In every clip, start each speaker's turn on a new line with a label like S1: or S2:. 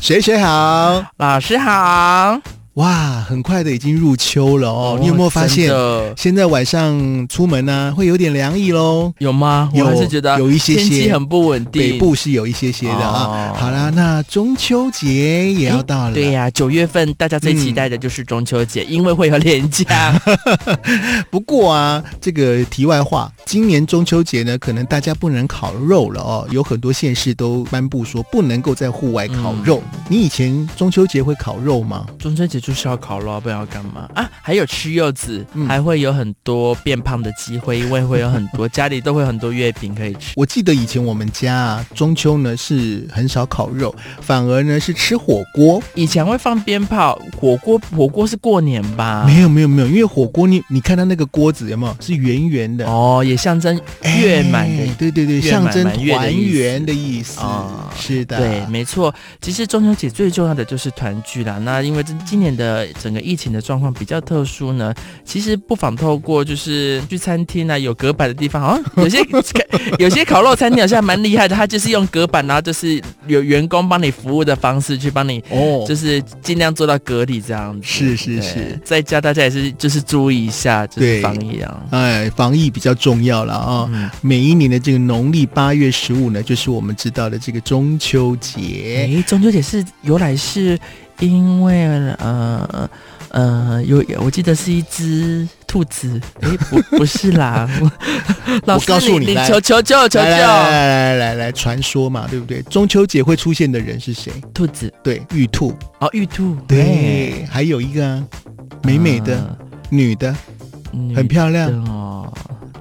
S1: 谁谁好？
S2: 老师好。
S1: 哇，很快的已经入秋了哦，你有没有发现
S2: 真？的
S1: 现在晚上出门呢、会有点凉意喽。
S2: 有吗？我
S1: 有
S2: 还是觉得
S1: 有一些些
S2: 天气很不稳定。
S1: 北部是有一些些的啊。
S2: 哦哎
S1: 好啦，那中秋节也要到了，
S2: 对呀、九月份大家最期待的就是中秋节，因为会有连假。
S1: 不过啊，这个题外话，今年中秋节呢，可能大家不能烤肉了哦，有很多县市都颁布说不能够在户外烤肉。
S2: 嗯
S1: 你以前中秋节会烤肉吗？
S2: 中秋节就是要烤肉，不然要干嘛啊？还有吃柚子，
S1: 嗯
S2: 还会有很多变胖的机会，因为会有很多家里都会很多月饼可以吃。
S1: 我记得以前我们家啊，中秋呢是很少烤肉，反而呢是吃火锅。
S2: 以前会放鞭炮，火锅火锅是过年吧？
S1: 没有没有没有，因为火锅你你看它那个锅子有没有是圆圆的，
S2: 哦，也象征月满的
S1: 哎对对对，
S2: 月
S1: 象
S2: 满
S1: 征
S2: 满月的
S1: 团
S2: 意思
S1: 圆的意思。
S2: 哦
S1: 是的，
S2: 对，没错。其实中秋节最重要的就是团聚啦。那因为这今年的整个疫情的状况比较特殊呢，其实不妨透过就是去餐厅啊，有隔板的地方，好像有些 有些烤肉餐厅好啊像蛮厉害的，它就是用隔板，然后就是有员工帮你服务的方式去帮你，
S1: 哦
S2: 就，是尽量做到隔离这样子。
S1: 是是
S2: 对
S1: 是，
S2: 在家大家也是就是注意一下，就
S1: 对
S2: 是防疫啊。
S1: 哎，防疫比较重要了啊、
S2: 嗯，
S1: 每一年的这个农历八月十五呢，就是我们知道的这个中秋节。
S2: 诶，中秋节是由来是因为呃呃有我记得是一只兔子，诶，不不 是啦，老师
S1: 我告诉你
S2: 你
S1: 来
S2: 求求救求
S1: 来来
S2: 救，
S1: 来来来来，传说嘛，对不对？中秋节会出现的人是谁？
S2: 兔子
S1: 对，玉兔。
S2: 哦玉兔，哎诶，
S1: 对，还有一个啊，美美的、女的，
S2: 嗯
S1: 很漂亮，
S2: 女的哦，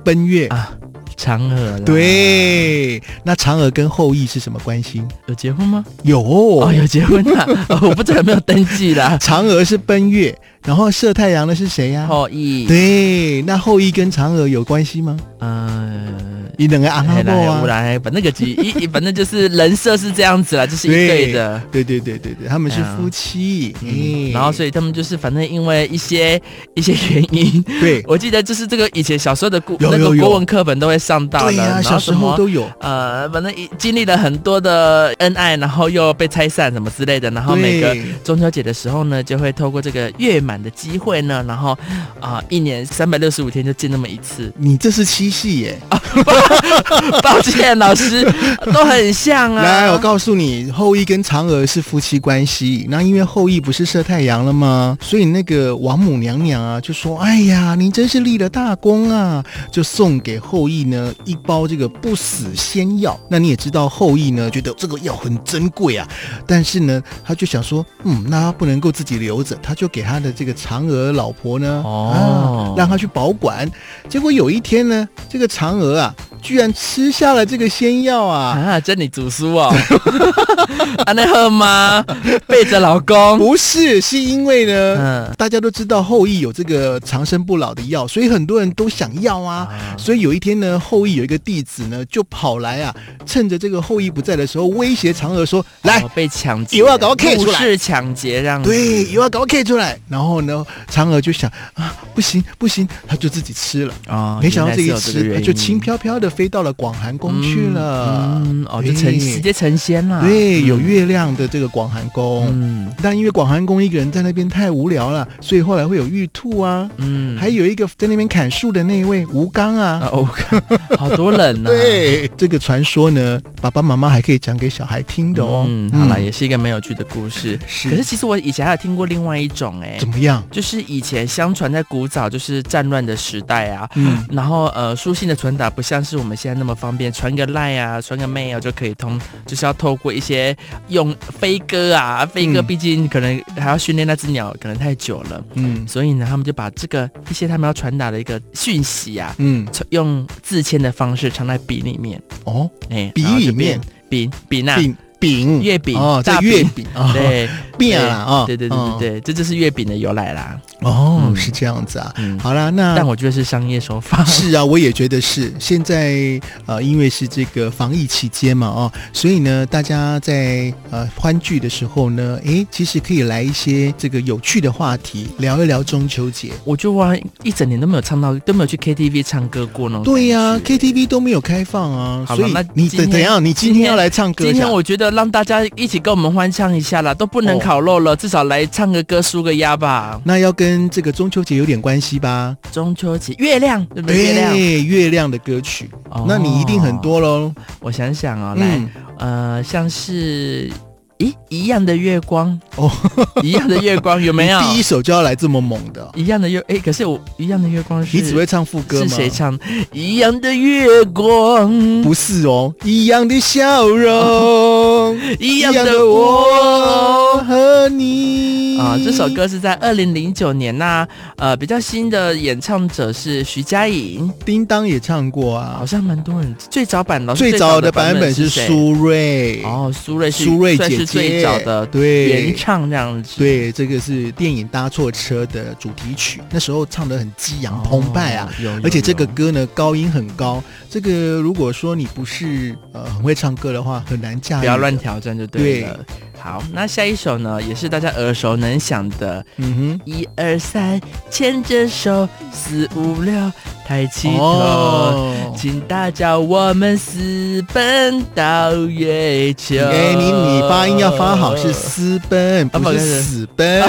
S1: 奔月。
S2: 啊嫦娥啦，
S1: 对，那嫦娥跟后羿是什么关系？
S2: 有结婚吗？
S1: 有，，
S2: 哦有结婚啦， 哦我不知道有没有登记啦
S1: 嫦娥是奔月，然后射太阳的是谁呀、
S2: 后羿，
S1: 啊对，那后羿跟嫦娥有关系吗？
S2: 呃。
S1: 你两个阿拉
S2: 黑
S1: 伯
S2: 啦，
S1: 啊
S2: 乌？来，反正那个集一，一反正就是人设是这样子啦，就是一对的。
S1: 对对对对对，他们是
S2: 对啊
S1: 夫妻，
S2: 嗯，然后所
S1: 以
S2: 以他们就是反正因为一些一些原因，
S1: 对
S2: 我记得就是这个以前小时候的故
S1: 有
S2: 那
S1: 有
S2: 个
S1: 有
S2: 国文课本都会上到的，
S1: 对呀、
S2: 然后
S1: 小时
S2: 什
S1: 候
S2: 么
S1: 都有，
S2: 呃，反正一经历了很多的恩爱，然后又被拆散什么之类的，然后每个
S1: 对，
S2: 中秋节的时候呢，就会透过这个月满的机会呢，然后啊、一年三百六十五天就见那么一次
S1: 你这是七夕耶！
S2: 抱歉老师，都很像啊。
S1: 来，我告诉你，后羿跟嫦娥是夫妻关系。那因为后羿不是射太阳了吗？所以那个王母娘娘啊，就说：“哎呀，您真是立了大功啊！”就送给后羿呢一包这个不死仙药。那你也知道，后羿呢觉得这个药很珍贵啊，但是呢，他就想说，嗯，那他不能够自己留着，他就给他的这个嫦娥老婆呢，
S2: 哦
S1: 啊，让她去保管。结果有一天呢，这个嫦娥啊，居然吃下了这个仙药啊。
S2: 啊，真你读书哦， 安内喝吗？背着老公，
S1: 不是，是因为呢，
S2: 嗯
S1: 大家都知道后羿有这个长生不老的药，所以很多人都想要啊。
S2: 啊
S1: 所以有一天呢，后羿有一个弟子呢，就跑来啊，趁着这个后羿不在的时候，威胁嫦娥说：“来
S2: 哦，被抢劫，
S1: 有啊搞我 K 出
S2: 入
S1: 来
S2: 室抢劫这样子，
S1: 对，啊又要搞 K 出来。”然后呢，嫦娥就想啊，不行不行，她就自己吃了。
S2: 哦，
S1: 没想到这一
S2: 原来是有个
S1: 吃，
S2: 原
S1: 她
S2: 因
S1: 就轻飘飘的飞到了广寒宫去了。
S2: 嗯，嗯哦，就
S1: 对
S2: 成直接成仙了，
S1: 对，
S2: 嗯
S1: 有，月亮的这个广寒宫。
S2: 嗯
S1: 但因为广寒宫一个人在那边太无聊了，所以后来会有玉兔啊，
S2: 嗯，
S1: 还有一个在那边砍树的那一位吴刚啊。
S2: 啊哦， 好多人呢，，啊嗯
S1: 对，这个传说呢，爸爸妈妈还可以讲给小孩听的哦。
S2: 嗯，好了，也是一个蛮有趣的故事，
S1: 是
S2: 可是其实我以前还有听过另外一种，哎
S1: 怎。么样？
S2: 就是以前相传在古早就是战乱的时代啊，
S1: 嗯，
S2: 然后呃，书信的传达不像是我们现在那么方便，传个 line 啊，传个 mail 就可以通，就是要透过一些用飞鸽啊，飞鸽
S1: 嗯
S2: 毕竟可能还要训练那只鸟，可能太久了，
S1: 嗯
S2: 所以呢，他们就把这个一些他们要传达的一个讯息啊，
S1: 嗯，
S2: 传用字签的方式藏在笔里面，
S1: 哦，
S2: 哎，
S1: 笔
S2: 然后就
S1: 里面
S2: 变，笔笔那。
S1: 饼饼
S2: 月饼
S1: 哦，在
S2: 大
S1: 月
S2: 饼
S1: 饼啊，
S2: 对，
S1: 变了啊，
S2: 对对对对
S1: 哦，
S2: 对，这就是月饼的由来啦。
S1: 哦，
S2: 嗯
S1: 是这样子啊。
S2: 嗯，
S1: 好啦，那
S2: 但我觉得是商业手法。
S1: 是啊，我也觉得是。现在呃，因为是这个防疫期间嘛，哦，所以呢，大家在呃欢聚的时候呢，诶，其实可以来一些这个有趣的话题，聊一聊中秋节。
S2: 我就哇，一整年都没有唱到，都没有去 KTV 唱歌过呢。
S1: 对呀、k t v 都没有开放啊，
S2: 哦好吧
S1: 所以
S2: 那
S1: 你
S2: 今天
S1: 怎怎样？你今
S2: 今
S1: 天
S2: 天
S1: 要来唱歌一
S2: 今
S1: 下？
S2: 天我觉得让大家一起跟我们欢唱一下啦，都不能
S1: 哦
S2: 烤肉了，至少来唱个歌输个鸭吧。
S1: 那要跟这个中秋节有点关系吧？
S2: 中秋节，月亮对不对？
S1: 对，
S2: 月亮，
S1: 月亮的歌曲，
S2: 哦
S1: 那你一定很。多喽。
S2: 我想想哦，来，
S1: 嗯，
S2: 呃，像是，咦，一样的月光
S1: 哦
S2: 哦， 一样的月光有没有？
S1: 第一首就要来这么猛的，
S2: 一样的月，哎，可是我一样的月光是，
S1: 你只会唱副歌吗？
S2: 是谁唱？一样的月光，
S1: 不是哦，一样的笑容，
S2: 一
S1: 一
S2: 样
S1: 样
S2: 的
S1: 的我
S2: 我。
S1: 和你
S2: 啊、这首歌是在二零零九年那呃比较新的演唱者是徐佳莹，
S1: 叮当也唱过
S2: 好
S1: 啊，
S2: 像蛮多人最早版老师
S1: 最早的版
S2: 版
S1: 本是
S2: 谁
S1: 苏芮，
S2: 哦苏芮是
S1: 苏芮
S2: 算
S1: 姐
S2: 是
S1: 姐
S2: 最早的
S1: 对
S2: 原。唱这样子，
S1: 对，这个是电影《搭错车》的主题曲，那时候唱得很激
S2: 哦，
S1: 昂澎湃啊，
S2: 有，有
S1: 而且这个
S2: 有
S1: 歌呢高音很高，这个如果说你不是呃很会唱歌的话，很难驾驭。
S2: 不要乱，挑战就对了。好，那下一首呢，也是大家耳熟能详的，
S1: 嗯
S2: 一二三，牵着手，四五六，抬起
S1: 哼，
S2: 头。
S1: 哦，
S2: 请大家，我们私奔到月球。
S1: 哎，你你发音要发好，是私奔，
S2: 啊
S1: 不
S2: 不
S1: 是
S2: 是
S1: 死奔，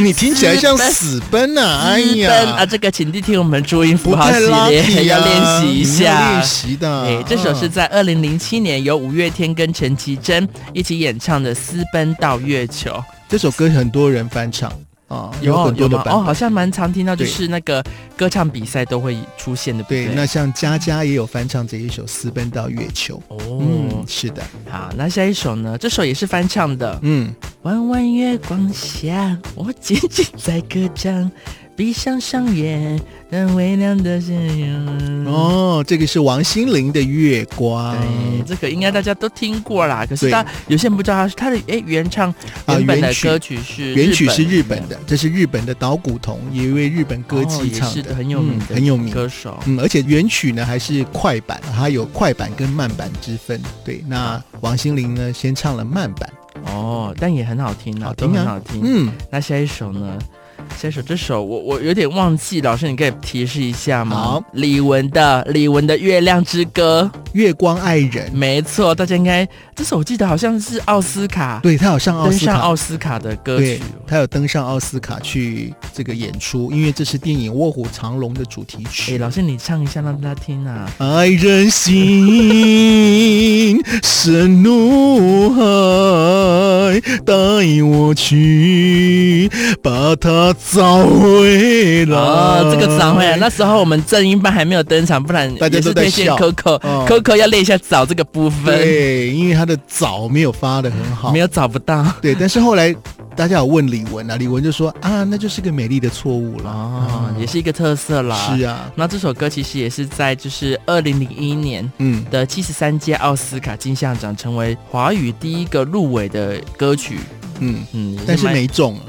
S1: 你听起来像死奔呐、啊！哎
S2: 私奔啊！
S1: 呀，
S2: 这个请听听我们注音符
S1: 不
S2: 号
S1: 太
S2: 系
S1: 拉
S2: 列，
S1: 皮、啊、
S2: 要练习一
S1: 你要
S2: 下
S1: 练。习的。
S2: 哎，这首是在
S1: 嗯
S2: 二零零七年由五月天跟陈绮贞一起演唱的《私奔到月球》。
S1: 这首歌很多人翻唱啊，
S2: 有
S1: 很多的
S2: 吗
S1: 版本。
S2: 哦，好像蛮常听到，就
S1: 对
S2: 是那个歌唱比赛都会出现的，
S1: 对
S2: 不，
S1: 那像佳佳也有翻唱这一首《私奔到月球》。
S2: 哦，
S1: 嗯，是的，
S2: 好，那下一首呢？这首也是翻唱的，
S1: 嗯，
S2: 弯弯月光下，我静静在歌唱，闭上双眼，等微亮的夕阳。，
S1: 哦，这个是王心凌的《月光》
S2: 对，这个应该大家都听过啦。可是
S1: 对
S2: 大有些人不知道它，它的诶原唱
S1: 啊
S2: 原本
S1: 原
S2: 的
S1: 曲
S2: 歌曲是
S1: 原曲是日
S2: 的
S1: 本的，这是日本的岛谷瞳，有一位日本歌
S2: 哦
S1: 姬
S2: 也
S1: 唱
S2: 是
S1: 的，
S2: 很有名
S1: 嗯
S2: 的
S1: 很有名。
S2: 歌手。
S1: 嗯，而且原曲呢还是快板，它有快板跟慢板之分。对，那王心凌呢先唱了慢板，
S2: 哦，但也很好听啊，
S1: 好
S2: 都
S1: 听
S2: 很
S1: 啊
S2: 好听。
S1: 嗯，
S2: 那下一首呢？下一首这首我我有点忘记，老师你可以提示一下吗？
S1: 好，
S2: 李玟的李玟的《月亮之歌
S1: 《月光爱人》》，
S2: 没错，大家应该这首我记得好像是奥斯卡
S1: 对他有上奥
S2: 登
S1: 斯
S2: 上
S1: 卡，
S2: 奥斯卡的歌
S1: 对
S2: 曲。，
S1: 他有登上奥斯卡去这个演出，因为这是电影《卧虎藏龙》的主题
S2: 哎、
S1: 曲。
S2: 老师你唱一下让大家听啊！
S1: 爱人心深如海，带我去把它找回来。
S2: 哦，这个早会啊，那时候我们正音班还没有登场，不然
S1: 大家
S2: 也
S1: 都
S2: 是
S1: 在
S2: 推荐
S1: 笑
S2: Coco、
S1: 哦
S2: Coco 要练一下早这个部 分，
S1: 对， 因为他的早没有发的很好，
S2: 没有找不到。
S1: 对，但是后来大家有问李玟啊，李玟就说啊，那就是个美丽的错误了。
S2: 哦，
S1: 嗯
S2: 也是一个特色啦。
S1: 是啊，
S2: 那这首歌其实也是在就是二零零一年
S1: 嗯，
S2: 的七十三届奥斯卡金像奖成为华语第一个入围的歌曲。
S1: 嗯，
S2: 嗯，也
S1: 但是
S2: 蛮
S1: 没中啊，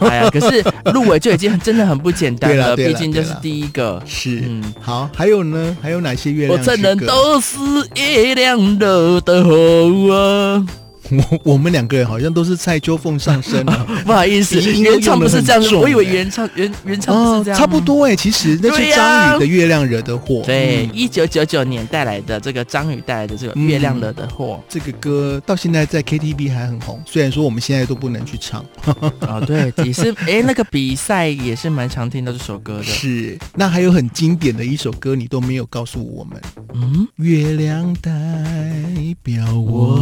S2: 哎呀，可是入围就已经很真的很不简单了，
S1: 对啦对
S2: 毕
S1: 啦
S2: 竟这
S1: 对
S2: 是
S1: 啦
S2: 第一个。
S1: 是。
S2: 嗯，
S1: 好，还有呢？还有哪些月
S2: 我
S1: 亮之歌？
S2: 承认都是月亮惹的祸啊！
S1: 我我们两个人好像都是蔡秋凤上身 啊。
S2: 不好意思，
S1: 你音
S2: 原唱不是这样
S1: 用得很
S2: 子，
S1: 重
S2: 我以为
S1: 欸
S2: 原唱原原唱不
S1: 哦
S2: 是这样，
S1: 差不。多哎、其实那是
S2: 对呀
S1: 张宇的《月亮惹的祸》。
S2: 对
S1: 嗯，
S2: 一九九九年带来的这个张宇带来的这个《
S1: 嗯
S2: 月亮惹的祸
S1: 这个歌到现在在 KTV 还很红，虽然说我们现在都不能去唱。》嗯
S2: 哦，对，也是 哎，那个比赛也是蛮常听到这首歌的。
S1: 是，那还有很经典的一首歌，你都没有告诉我们。
S2: 嗯，
S1: 月亮代表我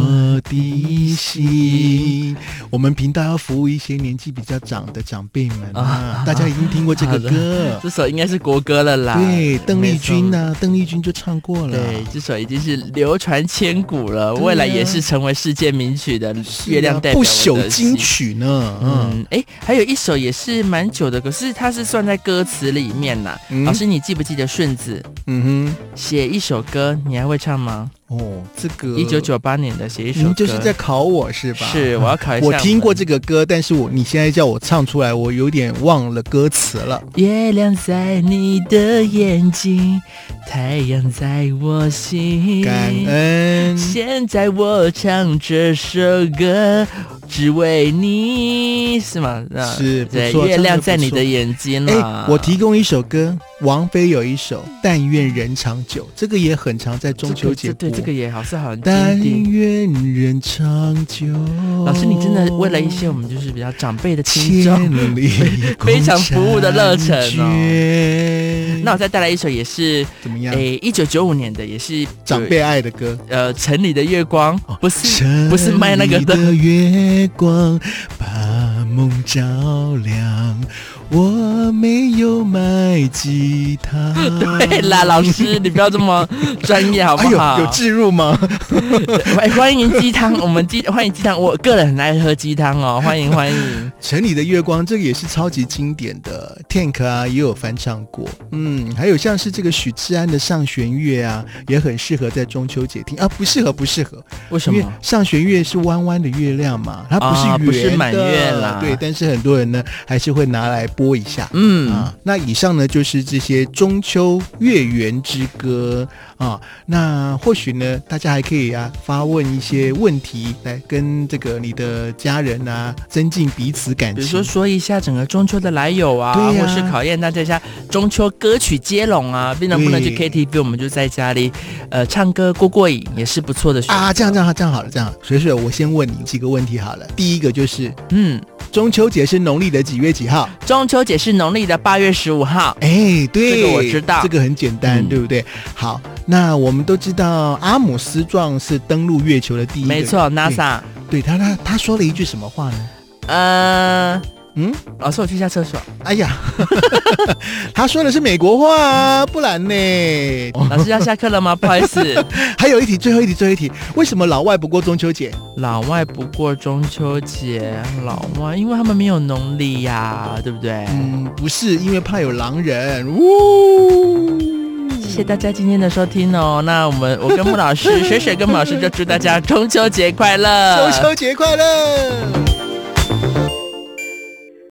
S1: 的心。我们频道要服务一些年纪比较长的长辈们啊
S2: 啊，
S1: 大家已经听过这个歌，
S2: 这首应该是国歌了啦。
S1: 对，邓丽君啊
S2: 呢？
S1: 呐、邓丽君就唱过了。
S2: 啊对，这首已经是流传千古了，
S1: 嗯对啊
S2: 未来也是成为世界名曲的《
S1: 是啊
S2: 月亮代表
S1: 不
S2: 我的
S1: 朽
S2: 心
S1: 金》。曲呢，嗯，
S2: 嗯，哎，还有一首也是蛮久的，可是它是算在歌词里面呐。
S1: 嗯
S2: 老师，你记不记得顺子
S1: 嗯
S2: 写一首歌，你还会唱吗？
S1: 哼，哦，这个
S2: 一九，九八年的写一首歌，
S1: 您就是在考我是吧？
S2: 是我要考一下。
S1: 我听过这个歌，但是我你现在叫我唱出来，我有点忘了歌词了。
S2: 月亮在你的眼睛，太阳在我心。
S1: 感恩，
S2: 现在我唱这首歌，只为你，是吗？啊
S1: 是不
S2: 对，
S1: 错
S2: 月亮在
S1: 真的不错
S2: 你的眼啊睛啦
S1: 哎，我提供一首歌，王菲有一首《但愿人长久》，这个也很常在中秋节播。
S2: 这个这对这个也好是很
S1: 但
S2: 经典。
S1: 愿人长久。
S2: 老师，你真的为了一些我们就是比较长辈的听众，
S1: 千里
S2: 非常服务的热忱
S1: 哦
S2: 那我再带来一首也是，
S1: 怎么样？
S2: 诶，一九九五年的，也是
S1: 长辈爱的歌，
S2: 呃城里的月光，不是不是卖那个
S1: 城
S2: 的
S1: 里的月光把梦照亮，我没有买吉他。
S2: 对啦，老师，你不要这么专业好
S1: 哎
S2: 不
S1: 呦，
S2: 好？
S1: 有置入吗？
S2: 哎欢迎鸡汤， 我们鸡欢迎鸡汤，我个人很爱喝鸡汤哦，欢迎欢迎。
S1: 城里的月光，这个也是超级经典的，Tank 啊也有翻唱过，嗯，还有像是这个许志安的上弦月啊，也很适合在中秋节听啊，不适合不适合，
S2: 为什
S1: 因为
S2: 么？
S1: 上弦月是弯弯的月亮嘛，它不是圆的、
S2: 啊不是满月啦
S1: 对，但是很多人呢还是会拿来播一下。
S2: 嗯，
S1: 啊，那以上呢就是这些中秋月圆之歌啊。那或许呢，大家还可以啊发问一些问题，来跟这个你的家人啊增进彼此感
S2: 比如说
S1: 情。
S2: 说一下整个中秋的来由啊，
S1: 对呀
S2: 或是考验大家一下中秋歌曲接龙啊，并能不能去
S1: 对
S2: KTV，我们就在家里呃唱歌过过瘾，也是不错的选择
S1: 啊，这样这样这样好了，这样水水，我先问你几个问题好了。第一个就是
S2: 嗯，
S1: 中秋节是农历的几月几号？
S2: 中秋节是农历的八月十五号，
S1: 哎，对，
S2: 这个我知道
S1: 这个很简单，
S2: 嗯
S1: 对不对？好，那我们都知道阿姆斯壮是登陆月球的第一个人，
S2: 没错，NASA，
S1: 对他他他说了一句什么话呢？
S2: 呃，
S1: 嗯，
S2: 老师，我去一下厕所。
S1: 哎呀， 他说的是美国话啊，不然呢？哦
S2: 老师要下课了吗？不好意思，
S1: 还有一题，最后一题，最后一题，为什么老外不过中秋节？
S2: 老外不过中秋节，老外因为他们没有农历呀、对不对？
S1: 嗯，不是因为怕有狼人。呜，
S2: 谢谢大家今天的收听哦。那我们我跟穆老师、水水跟穆老师就祝大家中秋节快乐，
S1: 中秋节快乐！